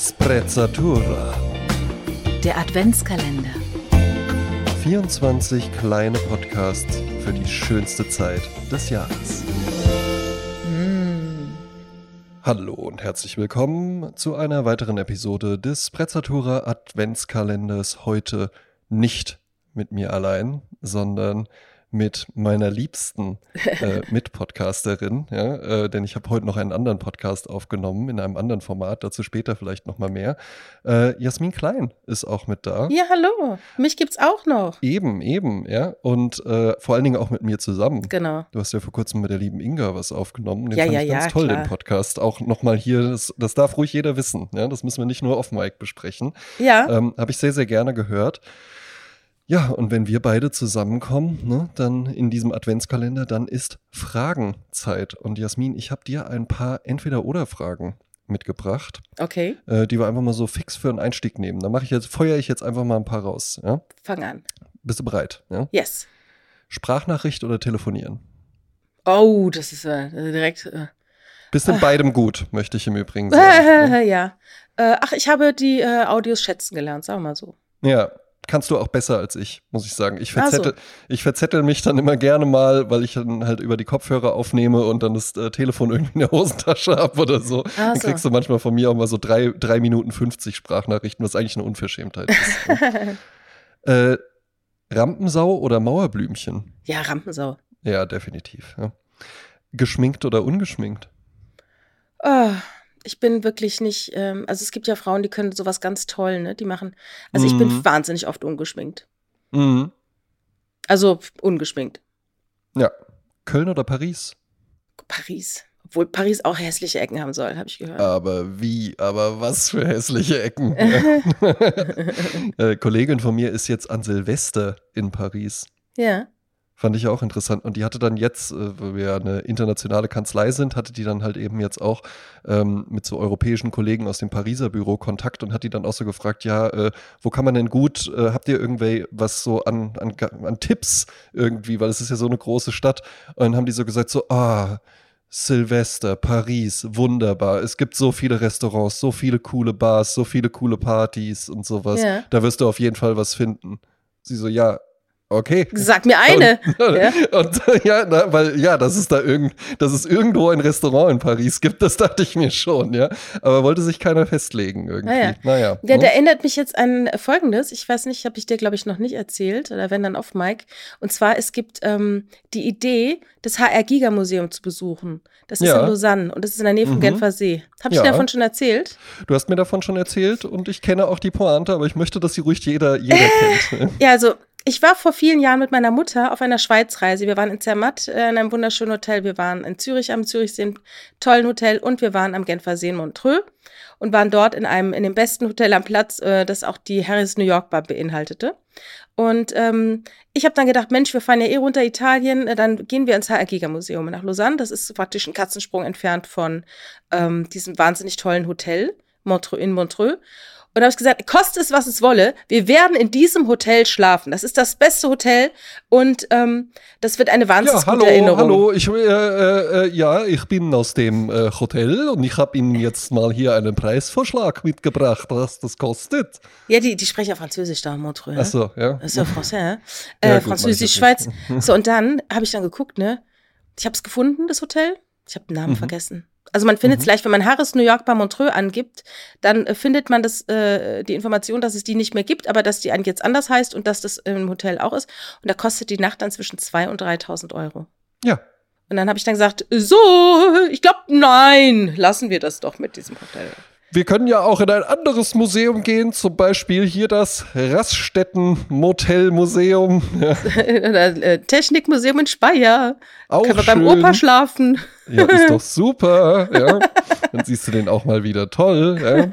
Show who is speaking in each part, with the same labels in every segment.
Speaker 1: Sprezzatura.
Speaker 2: Der Adventskalender.
Speaker 1: 24 kleine Podcasts für die schönste Zeit des Jahres. Hallo und herzlich willkommen zu einer weiteren Episode des Sprezzatura Adventskalenders. Heute nicht mit mir allein, sondern mit meiner liebsten äh, Mitpodcasterin, ja, äh, denn ich habe heute noch einen anderen Podcast aufgenommen in einem anderen Format, dazu später vielleicht noch mal mehr. Äh, Jasmin Klein ist auch mit da.
Speaker 3: Ja, hallo. Mich gibt's auch noch.
Speaker 1: Eben, eben, ja. Und äh, vor allen Dingen auch mit mir zusammen.
Speaker 3: Genau.
Speaker 1: Du hast ja vor kurzem mit der lieben Inga was aufgenommen. Den
Speaker 3: Ja,
Speaker 1: fand
Speaker 3: ja,
Speaker 1: ich ganz
Speaker 3: ja,
Speaker 1: toll,
Speaker 3: klar.
Speaker 1: den Podcast. Auch nochmal hier, das, das darf ruhig jeder wissen. Ja? Das müssen wir nicht nur off-Mic besprechen.
Speaker 3: Ja,
Speaker 1: Ähm, Habe ich sehr, sehr gerne gehört. Ja, und wenn wir beide zusammenkommen, ne, dann in diesem Adventskalender, dann ist Fragenzeit. Und Jasmin, ich habe dir ein paar Entweder-Oder-Fragen mitgebracht,
Speaker 3: okay.
Speaker 1: äh, die wir einfach mal so fix für einen Einstieg nehmen. Da mache ich jetzt, feuere ich jetzt einfach mal ein paar raus. Ja?
Speaker 3: Fang an.
Speaker 1: Bist du bereit? Ja?
Speaker 3: Yes.
Speaker 1: Sprachnachricht oder telefonieren?
Speaker 3: Oh, das ist äh, direkt. Äh.
Speaker 1: Bist in beidem gut, möchte ich im Übrigen sagen. ne?
Speaker 3: ja. Äh, ach, ich habe die äh, Audios schätzen gelernt, sagen wir mal so.
Speaker 1: ja, kannst du auch besser als ich, muss ich sagen. Ich
Speaker 3: Ach so.
Speaker 1: verzettel, ich verzettel mich dann immer gerne mal, weil ich dann halt über die Kopfhörer aufnehme und dann das äh, Telefon irgendwie in der Hosentasche habe oder so.
Speaker 3: Ach
Speaker 1: Dann
Speaker 3: Ah, so.
Speaker 1: kriegst du manchmal von mir auch mal so drei, drei Minuten 50 Sprachnachrichten, was eigentlich eine Unverschämtheit ist. äh, Rampensau oder Mauerblümchen?
Speaker 3: ja, Rampensau.
Speaker 1: Ja, definitiv. Ja. Geschminkt oder ungeschminkt?
Speaker 3: Ah, ich bin wirklich nicht. Ähm, also, es gibt ja Frauen, die können sowas ganz toll, ne? Die machen. Also, ich
Speaker 1: Mhm.
Speaker 3: bin wahnsinnig oft ungeschminkt.
Speaker 1: Mhm.
Speaker 3: Also, ungeschminkt.
Speaker 1: Ja. Köln oder Paris?
Speaker 3: Paris. Obwohl Paris auch hässliche Ecken haben soll, habe ich gehört.
Speaker 1: Aber wie, aber was für hässliche Ecken. äh, Kollegin von mir ist jetzt an Silvester in Paris.
Speaker 3: Ja.
Speaker 1: Fand ich auch interessant. Und die hatte dann jetzt, äh, weil wir ja eine internationale Kanzlei sind, hatte die dann halt eben jetzt auch ähm, mit so europäischen Kollegen aus dem Pariser Büro Kontakt und hat die dann auch so gefragt, ja, äh, wo kann man denn gut, äh, habt ihr irgendwie was so an, an, an Tipps irgendwie, weil es ist ja so eine große Stadt. Und dann haben die so gesagt, so, ah, Silvester, Paris, wunderbar. Es gibt so viele Restaurants, so viele coole Bars, so viele coole Partys und sowas.
Speaker 3: Ja.
Speaker 1: Da wirst du auf jeden Fall was finden. Sie so, ja, okay.
Speaker 3: Sag mir eine.
Speaker 1: Und,
Speaker 3: Ja.
Speaker 1: und äh, ja, na, weil ja, dass es da irgend, dass es irgendwo ein Restaurant in Paris gibt, das dachte ich mir schon, ja. Aber wollte sich keiner festlegen irgendwie.
Speaker 3: Ah, ja.
Speaker 1: Naja.
Speaker 3: Ja,
Speaker 1: hm?
Speaker 3: der erinnert mich jetzt an Folgendes. Ich weiß nicht, habe ich dir, glaube ich, noch nicht erzählt oder wenn dann auf Mike. Und zwar, es gibt ähm, die Idee, das HR Giga Museum zu besuchen. Das ist
Speaker 1: Ja.
Speaker 3: in Lausanne und das ist in der Nähe vom
Speaker 1: Mhm.
Speaker 3: Genfer See. Habe ich
Speaker 1: Ja.
Speaker 3: dir davon schon erzählt?
Speaker 1: Du hast mir davon schon erzählt und ich kenne auch die Pointe, aber ich möchte, dass sie ruhig jeder, jeder kennt.
Speaker 3: Ja, also ich war vor vielen Jahren mit meiner Mutter auf einer Schweizreise. Wir waren in Zermatt äh, in einem wunderschönen Hotel. Wir waren in Zürich am Zürichsee, im tollen Hotel und wir waren am Genfer See in Montreux und waren dort in einem, in dem besten Hotel am Platz, äh, das auch die Harris New York Bar beinhaltete. Und ähm, ich habe dann gedacht, Mensch, wir fahren ja eh runter Italien, äh, dann gehen wir ins HR Giga Museum nach Lausanne. Das ist praktisch ein Katzensprung entfernt von ähm, diesem wahnsinnig tollen Hotel Montreux in Montreux. Und habe ich gesagt, koste es, was es wolle, wir werden in diesem Hotel schlafen. Das ist das beste Hotel und ähm, das wird eine wahnsinnig
Speaker 1: Ja, hallo,
Speaker 3: gute Erinnerung.
Speaker 1: hallo. Ich, äh, äh, äh, ja, ich bin aus dem äh, Hotel und ich habe Ihnen jetzt mal hier einen Preisvorschlag mitgebracht, was das kostet.
Speaker 3: Ja, die, die sprechen ja Französisch da in Montreux. ne?
Speaker 1: Ach so, ja.
Speaker 3: Das ist ja Français,
Speaker 1: Ja,
Speaker 3: äh,
Speaker 1: gut,
Speaker 3: Französisch,
Speaker 1: mach ich
Speaker 3: Schweiz. So, und dann habe ich dann geguckt, ne? Ich habe es gefunden, das Hotel. Ich habe den Namen
Speaker 1: Mhm.
Speaker 3: vergessen. Also man findet
Speaker 1: Mhm.
Speaker 3: es leicht, wenn man Harris New York bei Montreux angibt, dann äh, findet man das, äh, die Information, dass es die nicht mehr gibt, aber dass die eigentlich jetzt anders heißt und dass das im Hotel auch ist. Und da kostet die Nacht dann zwischen 2.000 und 3.000 Euro.
Speaker 1: Ja.
Speaker 3: Und dann habe ich dann gesagt, so, ich glaube, nein, lassen wir das doch mit diesem Hotel.
Speaker 1: Wir können ja auch in ein anderes Museum gehen, zum Beispiel hier das Raststätten-Motel-Museum. Ja,
Speaker 3: Oder, äh, Technikmuseum in Speyer.
Speaker 1: auch
Speaker 3: Können wir
Speaker 1: schön.
Speaker 3: beim Opa schlafen.
Speaker 1: Ja, ist doch super. Ja. Dann siehst du den auch mal wieder. Toll.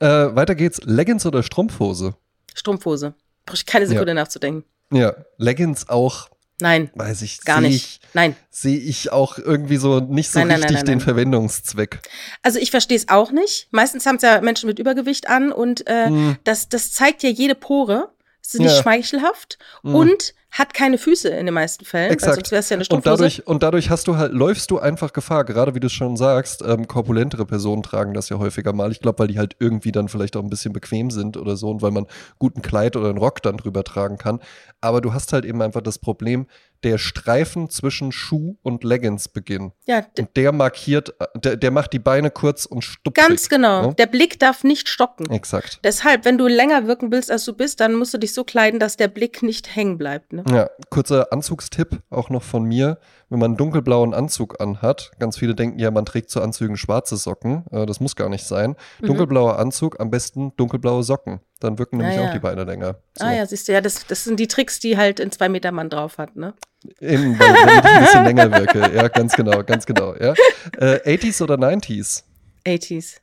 Speaker 1: Ja. Äh, weiter geht's. Leggings oder Strumpfhose?
Speaker 3: Strumpfhose. Brauche ich keine Sekunde nachzudenken.
Speaker 1: Ja, Leggings auch,
Speaker 3: Nein,
Speaker 1: weiß ich,
Speaker 3: gar
Speaker 1: sehe
Speaker 3: nicht.
Speaker 1: ich,
Speaker 3: Nein.
Speaker 1: sehe ich auch irgendwie so nicht so
Speaker 3: Nein, nein, nein,
Speaker 1: richtig
Speaker 3: nein,
Speaker 1: den
Speaker 3: nein.
Speaker 1: Verwendungszweck.
Speaker 3: Also ich verstehe es auch nicht. Meistens haben es ja Menschen mit Übergewicht an und äh,
Speaker 1: Hm,
Speaker 3: das, das zeigt ja jede Pore. Es ist nicht
Speaker 1: Ja.
Speaker 3: schmeichelhaft.
Speaker 1: hm.
Speaker 3: Und hat keine Füße in den meisten Fällen, weil
Speaker 1: Exakt.
Speaker 3: sonst wär's ja eine
Speaker 1: Und
Speaker 3: Strumpfhose.
Speaker 1: dadurch, und dadurch hast du halt, läufst du einfach Gefahr, gerade wie du schon sagst, ähm, korpulentere Personen tragen das ja häufiger mal. Ich glaube, weil die halt irgendwie dann vielleicht auch ein bisschen bequem sind oder so und weil man guten Kleid oder einen Rock dann drüber tragen kann. Aber du hast halt eben einfach das Problem, der Streifen zwischen Schuh und Leggings beginnt.
Speaker 3: ja, d-
Speaker 1: Und der markiert, äh, der, der macht die Beine kurz und stupfig.
Speaker 3: ganz genau.
Speaker 1: ne?
Speaker 3: Der Blick darf nicht stocken.
Speaker 1: Exakt.
Speaker 3: Deshalb, wenn du länger wirken willst, als du bist, dann musst du dich so kleiden, dass der Blick nicht hängen bleibt. Ne?
Speaker 1: Ja, kurzer Anzugstipp auch noch von mir. Wenn man einen dunkelblauen Anzug anhat, ganz viele denken ja, man trägt zu Anzügen schwarze Socken. Äh, das muss gar nicht sein.
Speaker 3: Mhm.
Speaker 1: Dunkelblauer Anzug, am besten dunkelblaue Socken. Dann wirken nämlich
Speaker 3: Ah, ja.
Speaker 1: auch die Beine länger. So.
Speaker 3: Ah ja, siehst du, ja, das, das sind die Tricks, die halt ein zwei Meter Mann drauf hat. Ne?
Speaker 1: Eben, weil, damit ich ein bisschen länger wirke. Ja, ganz genau, ganz genau. Ja. Äh, 80s oder 90s?
Speaker 3: 80s.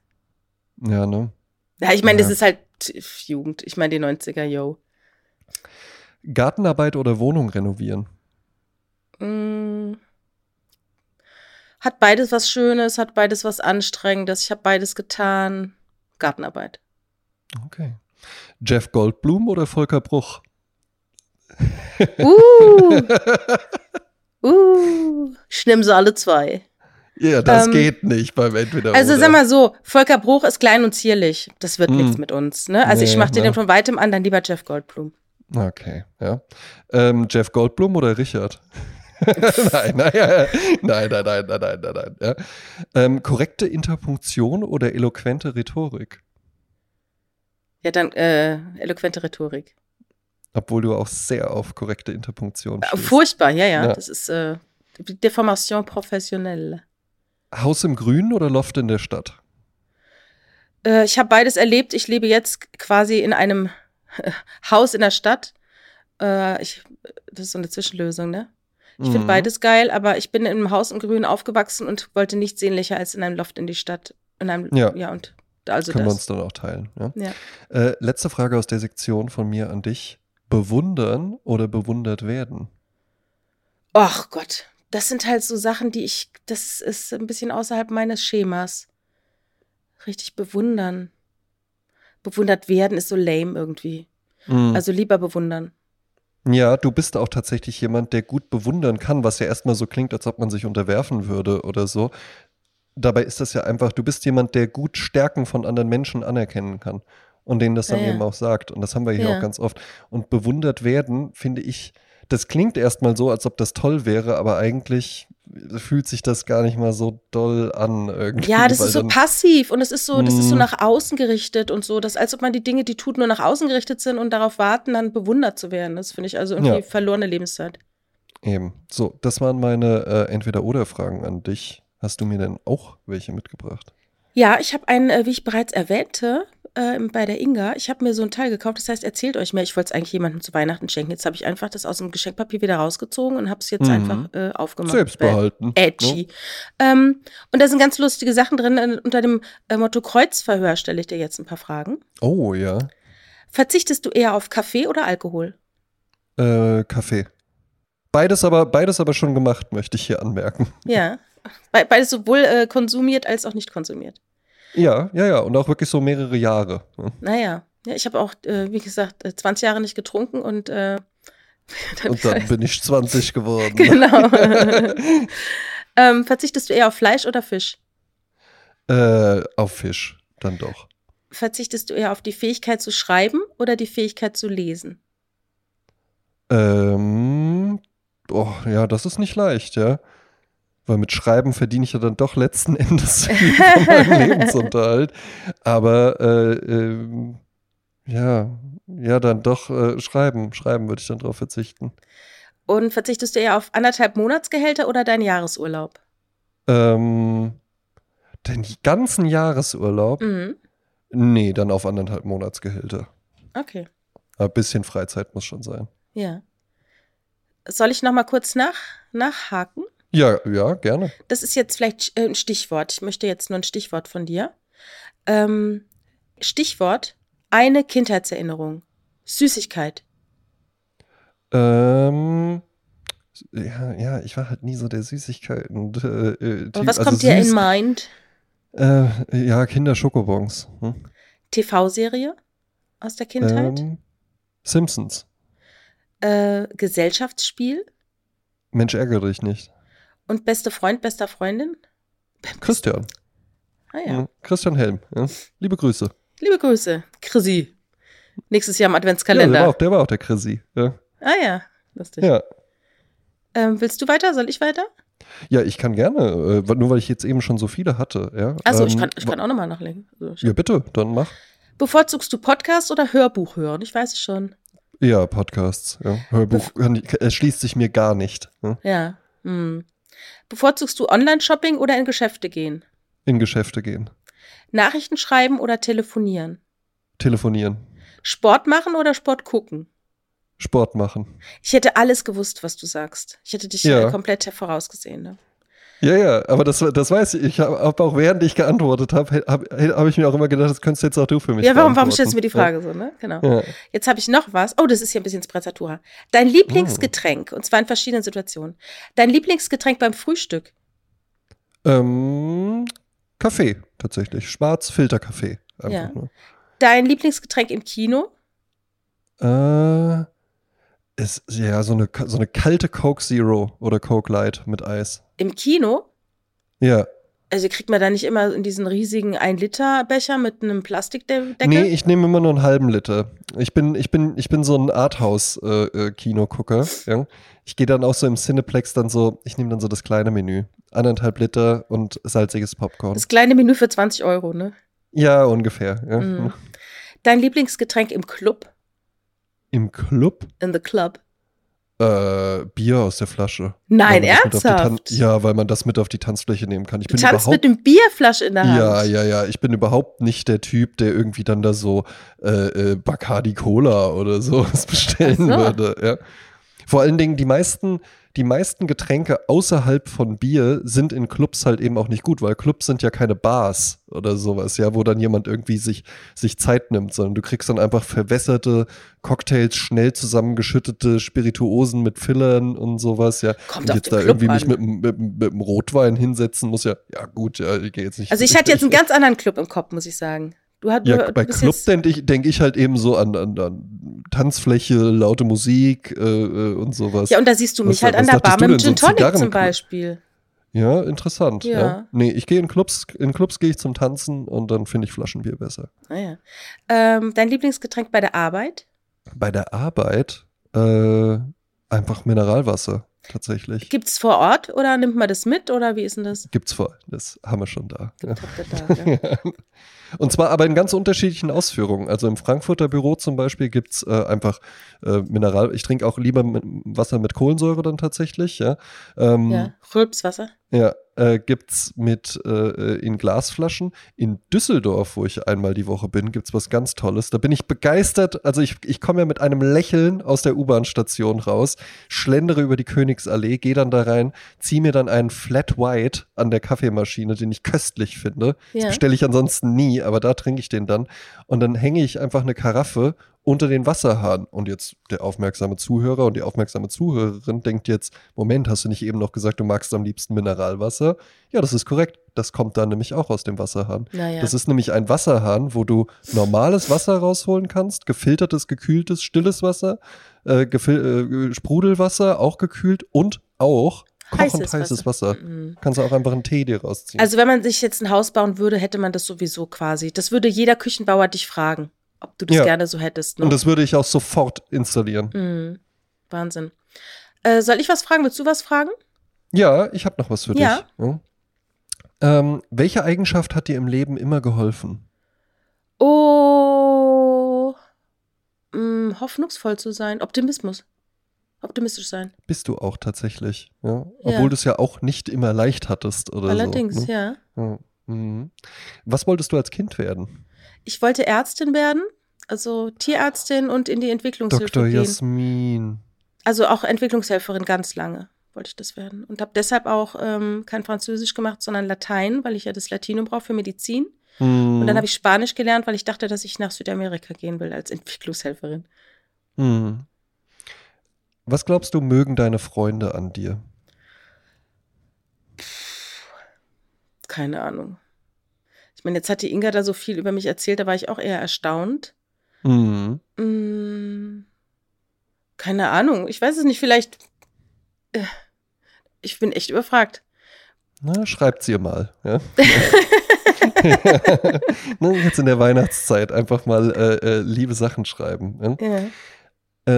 Speaker 1: Ja, ne?
Speaker 3: Ja, ich meine,
Speaker 1: Ja.
Speaker 3: das ist halt pf, Jugend. Ich meine, die 90er, yo.
Speaker 1: Gartenarbeit oder Wohnung renovieren?
Speaker 3: Mm. Hat beides was Schönes, hat beides was Anstrengendes. Ich habe beides getan. Gartenarbeit.
Speaker 1: Okay. Jeff Goldblum oder Volker Bruch?
Speaker 3: Uh. uh. Ich nehme sie alle zwei.
Speaker 1: Ja, das
Speaker 3: Ähm,
Speaker 1: geht nicht beim Entweder.
Speaker 3: Also
Speaker 1: oder.
Speaker 3: sag mal so, Volker Bruch ist klein und zierlich. Das wird
Speaker 1: Mm.
Speaker 3: nichts mit uns. Ne? Also ich
Speaker 1: Nee,
Speaker 3: mache dir
Speaker 1: ne.
Speaker 3: den von weitem an, dann lieber Jeff Goldblum.
Speaker 1: Okay, ja. Ähm, Jeff Goldblum oder Richard? nein, nein, ja, nein, nein, nein, nein, nein, nein, nein. Ja. Ähm, korrekte Interpunktion oder eloquente Rhetorik?
Speaker 3: Ja, dann äh, eloquente Rhetorik.
Speaker 1: Obwohl du auch sehr auf korrekte Interpunktion
Speaker 3: Äh,
Speaker 1: stehst.
Speaker 3: Furchtbar, ja, ja.
Speaker 1: Ja.
Speaker 3: Das ist äh, Deformation professionelle.
Speaker 1: Haus im Grün oder Loft in der Stadt?
Speaker 3: Äh, ich habe beides erlebt. Ich lebe jetzt quasi in einem Haus in der Stadt. Äh, ich, das ist so eine Zwischenlösung, ne? Ich finde
Speaker 1: Mhm.
Speaker 3: beides geil, aber ich bin in einem Haus im Grün aufgewachsen und wollte nichts sehnlicher als in einem Loft in die Stadt. In einem,
Speaker 1: Ja.
Speaker 3: ja. und also
Speaker 1: Können wir
Speaker 3: das.
Speaker 1: uns dann auch teilen. Ja?
Speaker 3: Ja.
Speaker 1: Äh, letzte Frage aus der Sektion von mir an dich. Bewundern oder bewundert werden?
Speaker 3: Ach Gott, das sind halt so Sachen, die ich, das ist ein bisschen außerhalb meines Schemas. Richtig bewundern. Bewundert werden ist so lame irgendwie.
Speaker 1: Mhm.
Speaker 3: Also lieber bewundern.
Speaker 1: Ja, du bist auch tatsächlich jemand, der gut bewundern kann, was ja erstmal so klingt, als ob man sich unterwerfen würde oder so. Dabei ist das ja einfach, du bist jemand, der gut Stärken von anderen Menschen anerkennen kann und denen das dann
Speaker 3: Ah Ja, ja.
Speaker 1: eben auch sagt. Und das haben wir hier
Speaker 3: Ja.
Speaker 1: auch ganz oft. Und bewundert werden, finde ich, das klingt erstmal so, als ob das toll wäre, aber eigentlich fühlt sich das gar nicht mal so doll an irgendwie.
Speaker 3: Ja, das
Speaker 1: weil
Speaker 3: ist so
Speaker 1: dann-
Speaker 3: passiv und es ist so, das ist so
Speaker 1: Mm.
Speaker 3: nach außen gerichtet und so, dass als ob man die Dinge, die tut, nur nach außen gerichtet sind und darauf warten, dann bewundert zu werden. Das finde ich also irgendwie
Speaker 1: Ja.
Speaker 3: verlorene Lebenszeit.
Speaker 1: Eben. So, das waren meine äh, Entweder-Oder-Fragen an dich. Hast du mir denn auch welche mitgebracht?
Speaker 3: Ja, ich habe einen, äh, wie ich bereits erwähnte, äh, bei der Inga, ich habe mir so einen Teil gekauft, das heißt, erzählt euch mehr. Ich wollte es eigentlich jemandem zu Weihnachten schenken. Jetzt habe ich einfach das aus dem Geschenkpapier wieder rausgezogen und habe es jetzt
Speaker 1: Mhm.
Speaker 3: einfach äh, aufgemacht.
Speaker 1: Selbst
Speaker 3: Bäh.
Speaker 1: behalten. ne?
Speaker 3: Edgy. Ähm, und da sind ganz lustige Sachen drin. Äh, Unter dem äh, Motto Kreuzverhör stelle ich dir jetzt ein paar Fragen.
Speaker 1: Oh ja.
Speaker 3: Verzichtest du eher auf Kaffee oder Alkohol?
Speaker 1: Äh, Kaffee. Beides aber, beides aber schon gemacht, möchte ich hier anmerken.
Speaker 3: Ja. Be beides sowohl äh, konsumiert als auch nicht konsumiert.
Speaker 1: Ja, ja, ja. Und auch wirklich so mehrere Jahre. ne?
Speaker 3: Naja. Ja, ich habe auch, äh, wie gesagt, äh, 20 Jahre nicht getrunken und äh, dann-
Speaker 1: Und dann bin ich 20 geworden.
Speaker 3: Genau. ähm, verzichtest du eher auf Fleisch oder Fisch?
Speaker 1: äh, auf Fisch, dann doch.
Speaker 3: Verzichtest du eher auf die Fähigkeit zu schreiben oder die Fähigkeit zu lesen?
Speaker 1: Ähm, oh, ja, das ist nicht leicht, ja. Weil mit Schreiben verdiene ich ja dann doch letzten Endes viel von meinem Lebensunterhalt. Aber äh, ähm, ja, ja, dann doch äh, schreiben. Schreiben würde ich dann drauf verzichten.
Speaker 3: Und verzichtest du eher auf anderthalb Monatsgehälter oder deinen Jahresurlaub?
Speaker 1: Ähm, den ganzen Jahresurlaub?
Speaker 3: Mhm.
Speaker 1: Nee, dann auf anderthalb Monatsgehälter.
Speaker 3: Okay,
Speaker 1: Ein bisschen Freizeit muss schon sein.
Speaker 3: ja. Soll ich noch mal kurz nach, nachhaken?
Speaker 1: Ja, ja, gerne.
Speaker 3: Das ist jetzt vielleicht äh, ein Stichwort. Ich möchte jetzt nur ein Stichwort von dir. Ähm, Stichwort: eine Kindheitserinnerung. Süßigkeit.
Speaker 1: Ähm, ja, ja, ich war halt nie so der Süßigkeiten. Äh, äh,
Speaker 3: Aber
Speaker 1: Typ.
Speaker 3: was
Speaker 1: Also
Speaker 3: kommt dir in
Speaker 1: süß-
Speaker 3: Mind?
Speaker 1: Äh, ja, Kinder-Schokobons. Hm?
Speaker 3: TV-Serie aus der Kindheit?
Speaker 1: Ähm, Simpsons.
Speaker 3: äh, Gesellschaftsspiel
Speaker 1: Mensch, ärgere dich nicht.
Speaker 3: und Beste Freund, bester Freundin.
Speaker 1: Christian.
Speaker 3: Ah ja.
Speaker 1: Mhm. Christian Helm. Ja. Liebe Grüße.
Speaker 3: Liebe Grüße, Chrissy. Nächstes Jahr im
Speaker 1: Ja,
Speaker 3: Adventskalender.
Speaker 1: der, war auch, der war auch der Chrissy. Ja.
Speaker 3: ah ja, lustig.
Speaker 1: ja.
Speaker 3: Ähm, willst du weiter? Soll ich weiter?
Speaker 1: Ja, ich kann gerne, äh, nur weil ich jetzt eben schon so viele hatte. Ja.
Speaker 3: Also ich,
Speaker 1: Ähm,
Speaker 3: kann, ich kann auch nochmal nachlegen. Also, ich-
Speaker 1: Ja, bitte, dann mach.
Speaker 3: Bevorzugst du Podcast oder Hörbuch hören? Ich weiß es schon.
Speaker 1: Ja, Podcasts. Ja. Hörbuch kann ich- erschließt sich mir gar nicht. ne, Ja.
Speaker 3: Ja. Hm. Bevorzugst du Online-Shopping oder in Geschäfte gehen?
Speaker 1: In Geschäfte gehen.
Speaker 3: Nachrichten schreiben oder telefonieren?
Speaker 1: Telefonieren.
Speaker 3: Sport machen oder Sport gucken?
Speaker 1: Sport machen.
Speaker 3: Ich hätte alles gewusst, was du sagst. Ich hätte dich
Speaker 1: Ja.
Speaker 3: äh, komplett vorausgesehen. Ne?
Speaker 1: Ja, ja, aber das, das weiß ich. Ich habe hab auch während ich geantwortet habe, habe hab ich mir auch immer gedacht, das könntest jetzt auch du für mich
Speaker 3: Ja, warum, warum
Speaker 1: beantworten.
Speaker 3: stellst du mir die Frage so, ne? Genau.
Speaker 1: Ja. Ja.
Speaker 3: Jetzt habe ich noch was. Oh, das ist hier ein bisschen Sprezzatura. Dein Lieblingsgetränk,
Speaker 1: Oh.
Speaker 3: und zwar in verschiedenen Situationen. Dein Lieblingsgetränk beim Frühstück.
Speaker 1: Ähm, Kaffee, tatsächlich. Schwarz Filterkaffee.
Speaker 3: Ja.
Speaker 1: Einfach nur.
Speaker 3: Dein Lieblingsgetränk im Kino.
Speaker 1: Äh, ist, ja, so eine, so eine kalte Coke Zero oder Coke Light mit Eis.
Speaker 3: Im Kino?
Speaker 1: Ja.
Speaker 3: Also kriegt man da nicht immer in diesen riesigen 1-Liter-Becher mit einem Plastikdeckel?
Speaker 1: Nee, ich nehme immer nur einen halben Liter. Ich bin, ich bin, ich bin so ein Arthouse-Kino-Gucker. ja. Ich gehe dann auch so im Cineplex dann so, ich nehme dann so das kleine Menü. Anderthalb Liter und salziges Popcorn.
Speaker 3: das kleine Menü für 20 Euro, ne?
Speaker 1: Ja, ungefähr. Ja.
Speaker 3: Mhm. Dein Lieblingsgetränk im Club?
Speaker 1: Im Club
Speaker 3: In the Club?
Speaker 1: äh, Bier aus der Flasche.
Speaker 3: Nein,
Speaker 1: Weil man das mit auf die Tan-
Speaker 3: ernsthaft?
Speaker 1: Ja, weil man das mit auf die Tanzfläche nehmen kann. Ich
Speaker 3: Du
Speaker 1: bin
Speaker 3: tanzt
Speaker 1: überhaupt
Speaker 3: mit einem Bierflasche in der Hand.
Speaker 1: Ja, ja, ja. Ich bin überhaupt nicht der Typ, der irgendwie dann da so äh, äh, Bacardi Cola oder sowas bestellen
Speaker 3: Ach so.
Speaker 1: würde. Ja. Vor allen Dingen die meisten, die meisten Getränke außerhalb von Bier sind in Clubs halt eben auch nicht gut, weil Clubs sind ja keine Bars oder sowas, ja, wo dann jemand irgendwie sich, sich Zeit nimmt, sondern du kriegst dann einfach verwässerte Cocktails, schnell zusammengeschüttete Spirituosen mit Fillern und sowas, ja.
Speaker 3: Kommt
Speaker 1: Und
Speaker 3: auf
Speaker 1: jetzt
Speaker 3: den
Speaker 1: da
Speaker 3: Club
Speaker 1: irgendwie mich
Speaker 3: an.
Speaker 1: mit, dem- mit, dem- mit dem Rotwein hinsetzen muss, ja, ja gut, ja, ich gehe jetzt nicht.
Speaker 3: Also ich hatte jetzt einen ganz anderen Club im Kopf, muss ich sagen. Du hast
Speaker 1: Ja,
Speaker 3: du
Speaker 1: bei
Speaker 3: bist
Speaker 1: Club
Speaker 3: jetzt-
Speaker 1: denke ich, denk ich halt eben so an, an, an Tanzfläche, laute Musik äh, äh, und sowas.
Speaker 3: Ja,
Speaker 1: Ja,
Speaker 3: und da siehst du mich
Speaker 1: Was-
Speaker 3: halt an
Speaker 1: was
Speaker 3: der
Speaker 1: dachtest
Speaker 3: Bar
Speaker 1: du
Speaker 3: mit
Speaker 1: denn,
Speaker 3: dem
Speaker 1: so
Speaker 3: Gin
Speaker 1: ein
Speaker 3: Tonic zum
Speaker 1: Zigarrenclub?
Speaker 3: Beispiel.
Speaker 1: interessant. Ja.
Speaker 3: Ja.
Speaker 1: Nee, ich gehe in Clubs, in Clubs gehe ich zum Tanzen und dann finde ich Flaschenbier besser.
Speaker 3: Naja. Ah, Ähm, dein Lieblingsgetränk bei der Arbeit?
Speaker 1: Bei der Arbeit äh, einfach Mineralwasser tatsächlich.
Speaker 3: Gibt es vor Ort oder nimmt man das mit oder wie ist denn das?
Speaker 1: Gibt's vor, das haben wir schon da. Ja.
Speaker 3: Gibt- habt ihr da, ja.
Speaker 1: Und zwar aber in ganz unterschiedlichen Ausführungen. Also im Frankfurter Büro zum Beispiel gibt es äh, einfach äh, Mineral. Ich trinke auch lieber mit, Wasser mit Kohlensäure dann tatsächlich. Ja, ähm,
Speaker 3: ja. Rülpswasser.
Speaker 1: ja äh, gibt es mit äh, äh, in Glasflaschen. In Düsseldorf, wo ich einmal die Woche bin, gibt es was ganz Tolles. Da bin ich begeistert. Also ich, ich komme ja mit einem Lächeln aus der U-Bahn-Station raus, schlendere über die Königsallee, gehe dann da rein, ziehe mir dann einen Flat White an der Kaffeemaschine, den ich köstlich finde.
Speaker 3: Ja.
Speaker 1: Das bestelle ich ansonsten nie, aber da trinke ich den dann. Und dann hänge ich einfach eine Karaffe unter den Wasserhahn. Und jetzt der aufmerksame Zuhörer und die aufmerksame Zuhörerin denkt jetzt, Moment, hast du nicht eben noch gesagt, du magst am liebsten Mineralwasser? Ja, das ist korrekt. Das kommt dann nämlich auch aus dem Wasserhahn.
Speaker 3: Naja.
Speaker 1: Das ist nämlich ein Wasserhahn, wo du normales Wasser rausholen kannst, gefiltertes, gekühltes, stilles Wasser, äh, gefil äh, Sprudelwasser, auch gekühlt und auch kochend heißes, Wasser.
Speaker 3: Mhm.
Speaker 1: Kannst du auch einfach einen Tee dir rausziehen.
Speaker 3: Also wenn man sich jetzt ein Haus bauen würde, hätte man das sowieso quasi. Das würde jeder Küchenbauer dich fragen, ob du das
Speaker 1: Ja.
Speaker 3: gerne so hättest. Ne?
Speaker 1: und das würde ich auch sofort installieren.
Speaker 3: Mhm. Wahnsinn. Äh, soll ich was fragen? Willst du was fragen?
Speaker 1: Ja, ich habe noch was für
Speaker 3: Ja.
Speaker 1: dich. Ja. Ähm, welche Eigenschaft hat dir im Leben immer geholfen?
Speaker 3: Oh, mh, Mm, hoffnungsvoll zu sein, Optimismus, optimistisch sein.
Speaker 1: Bist du auch tatsächlich, ja?
Speaker 3: Ja.
Speaker 1: Obwohl du es ja auch nicht immer leicht hattest oder
Speaker 3: Allerdings,
Speaker 1: so. ne?
Speaker 3: ja.
Speaker 1: Ja. Mhm. Was wolltest du als Kind werden?
Speaker 3: Ich wollte Ärztin werden, also Tierärztin und in die Entwicklungshilfe
Speaker 1: Dr.
Speaker 3: gehen.
Speaker 1: Jasmin.
Speaker 3: Also auch Entwicklungshelferin ganz lange wollte ich das werden und habe deshalb auch ähm, kein Französisch gemacht, sondern Latein, weil ich ja das Latinum brauche für Medizin. Und
Speaker 1: Mhm.
Speaker 3: dann habe ich Spanisch gelernt, weil ich dachte, dass ich nach Südamerika gehen will als Entwicklungshelferin.
Speaker 1: Mhm. Was glaubst du, mögen deine Freunde an dir?
Speaker 3: Keine Ahnung. Ich meine, jetzt hat die Inga da so viel über mich erzählt, da war ich auch eher erstaunt.
Speaker 1: Mhm.
Speaker 3: Mm, Keine Ahnung. Ich weiß es nicht. Vielleicht. äh, Ich bin echt überfragt.
Speaker 1: Na, schreibt sie ihr mal. Ja? ne, jetzt in der Weihnachtszeit einfach mal äh, äh, liebe Sachen schreiben. Ja?
Speaker 3: Ja.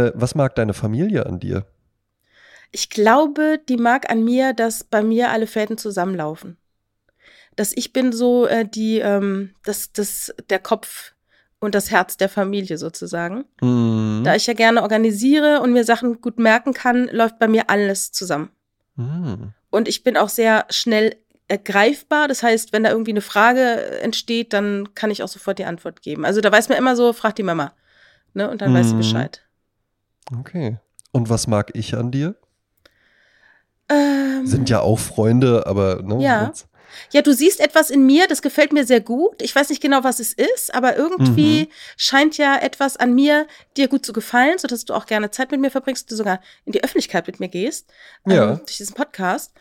Speaker 1: Äh, was mag deine Familie an dir?
Speaker 3: Ich glaube, die mag an mir, dass bei mir alle Fäden zusammenlaufen. Dass ich bin so äh, die, ähm, das, das, der Kopf und das Herz der Familie sozusagen.
Speaker 1: Mhm.
Speaker 3: Da ich ja gerne organisiere und mir Sachen gut merken kann, läuft bei mir alles zusammen.
Speaker 1: Mhm.
Speaker 3: Und ich bin auch sehr schnell ergreifbar. Das heißt, wenn da irgendwie eine Frage äh, entsteht, dann kann ich auch sofort die Antwort geben. Also da weiß man immer so, frag die Mama. Ne? Und dann weiß sie
Speaker 1: Mhm.
Speaker 3: Bescheid.
Speaker 1: Okay. Und was mag ich an dir?
Speaker 3: Ähm,
Speaker 1: Sind ja auch Freunde, aber ne,
Speaker 3: Ja.
Speaker 1: jetzt-
Speaker 3: Ja, du siehst etwas in mir, das gefällt mir sehr gut. Ich weiß nicht genau, was es ist, aber irgendwie
Speaker 1: Mhm.
Speaker 3: scheint ja etwas an mir dir gut zu gefallen, sodass du auch gerne Zeit mit mir verbringst, du sogar in die Öffentlichkeit mit mir gehst.
Speaker 1: Ja.
Speaker 3: Ähm, durch diesen Podcast.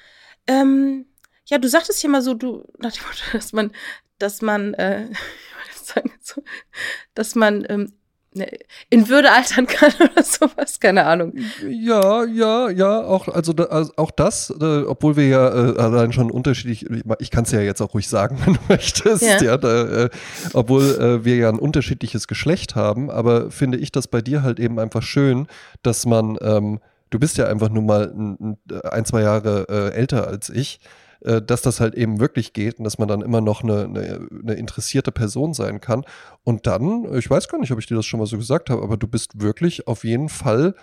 Speaker 3: Ähm, ja, du sagtest ja mal so, du, nach dem Motto, dass man, dass man, äh, ich wollte jetzt sagen, so, dass man ähm, ne, in Würde altern kann oder sowas, keine Ahnung.
Speaker 1: Ja, ja, ja, auch, also, da, also auch das, äh, obwohl wir ja äh, allein schon unterschiedlich, ich, ma- ich kann es ja jetzt auch ruhig sagen, wenn du möchtest,
Speaker 3: Ja.
Speaker 1: ja. da, äh, obwohl äh, wir ja ein unterschiedliches Geschlecht haben, aber finde ich das bei dir halt eben einfach schön, dass man, ähm, du bist ja einfach nur mal ein, ein zwei Jahre äh, älter als ich, äh, dass das halt eben wirklich geht und dass man dann immer noch eine, eine, eine interessierte Person sein kann. Und dann, äh, ich weiß gar nicht, ob ich dir das schon mal so gesagt habe, aber du bist wirklich auf jeden Fall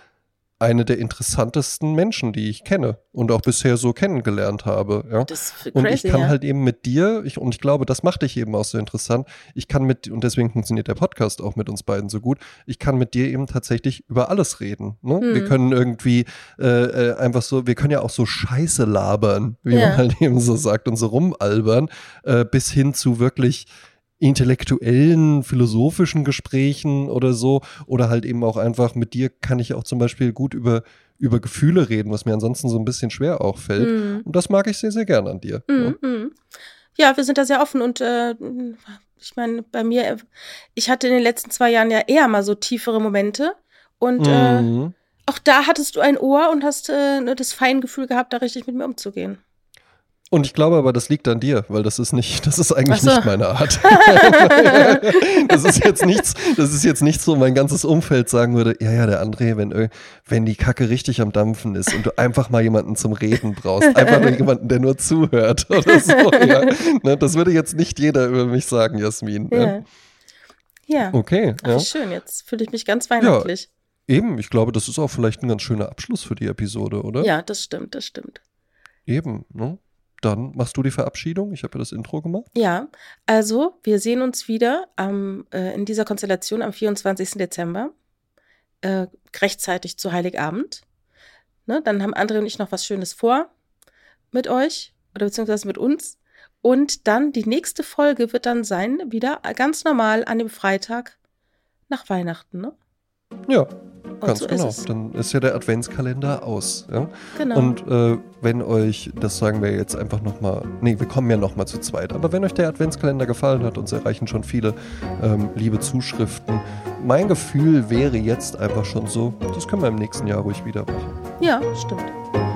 Speaker 1: eine der interessantesten Menschen, die ich kenne und auch bisher so kennengelernt habe. Ja?
Speaker 3: Das ist
Speaker 1: Und ich
Speaker 3: crazy,
Speaker 1: kann
Speaker 3: ja.
Speaker 1: halt eben mit dir, ich, und ich glaube, das macht dich eben auch so interessant, ich kann mit, und deswegen funktioniert der Podcast auch mit uns beiden so gut, ich kann mit dir eben tatsächlich über alles reden. Ne?
Speaker 3: Hm.
Speaker 1: Wir können irgendwie äh, äh, einfach so, wir können ja auch so Scheiße labern, wie
Speaker 3: Ja.
Speaker 1: man halt eben so sagt, und so rumalbern, äh, bis hin zu wirklich intellektuellen, philosophischen Gesprächen oder so. Oder halt eben auch einfach, mit dir kann ich auch zum Beispiel gut über, über Gefühle reden, was mir ansonsten so ein bisschen schwer auch fällt.
Speaker 3: Mhm.
Speaker 1: Und das mag ich sehr, sehr gern an dir.
Speaker 3: Mhm. mhm. Ja, wir sind da sehr offen und äh, ich meine, bei mir, äh, ich hatte in den letzten zwei Jahren ja eher mal so tiefere Momente und
Speaker 1: Ja.
Speaker 3: äh,
Speaker 1: Mhm.
Speaker 3: auch da hattest du ein Ohr und hast äh, ne, das Feingefühl gehabt, da richtig mit mir umzugehen.
Speaker 1: Und ich glaube aber, das liegt an dir, weil das ist nicht, das ist eigentlich
Speaker 3: Ach so.
Speaker 1: nicht meine Art. das ist jetzt nichts, das ist jetzt nichts, wo mein ganzes Umfeld sagen würde, ja, ja, der André, wenn, irg- wenn die Kacke richtig am Dampfen ist und du einfach mal jemanden zum Reden brauchst, einfach nur jemanden, der nur zuhört oder so, ja. Ne, das würde jetzt nicht jeder über mich sagen, Jasmin.
Speaker 3: Ja.
Speaker 1: Ja.
Speaker 3: Ja. ja.
Speaker 1: Okay,
Speaker 3: Ach,
Speaker 1: ja.
Speaker 3: wie schön, jetzt fühle ich mich ganz weihnachtlich.
Speaker 1: Eben, ich glaube, das ist auch vielleicht ein ganz schöner Abschluss für die Episode, oder?
Speaker 3: Ja, das stimmt, das stimmt.
Speaker 1: Eben, ne? Dann machst du die Verabschiedung. Ich habe ja das Intro gemacht.
Speaker 3: Ja, also wir sehen uns wieder am, äh, in dieser Konstellation am 24. Dezember, äh, rechtzeitig zu Heiligabend. Ne, dann haben André und ich noch was Schönes vor mit euch oder beziehungsweise mit uns. Und dann die nächste Folge wird dann sein, wieder ganz normal an dem Freitag nach Weihnachten. Ne?
Speaker 1: Ja.
Speaker 3: Und
Speaker 1: Ganz
Speaker 3: Oh, so
Speaker 1: genau.
Speaker 3: ist es.
Speaker 1: Dann ist ja der Adventskalender aus. Ja?
Speaker 3: Genau.
Speaker 1: Und äh, wenn euch, das sagen wir jetzt einfach nochmal, nee, wir kommen ja nochmal zu zweit, aber wenn euch der Adventskalender gefallen hat, uns erreichen schon viele ähm, liebe Zuschriften. Mein Gefühl wäre jetzt einfach schon so, das können wir im nächsten Jahr ruhig wieder machen.
Speaker 3: ja, stimmt.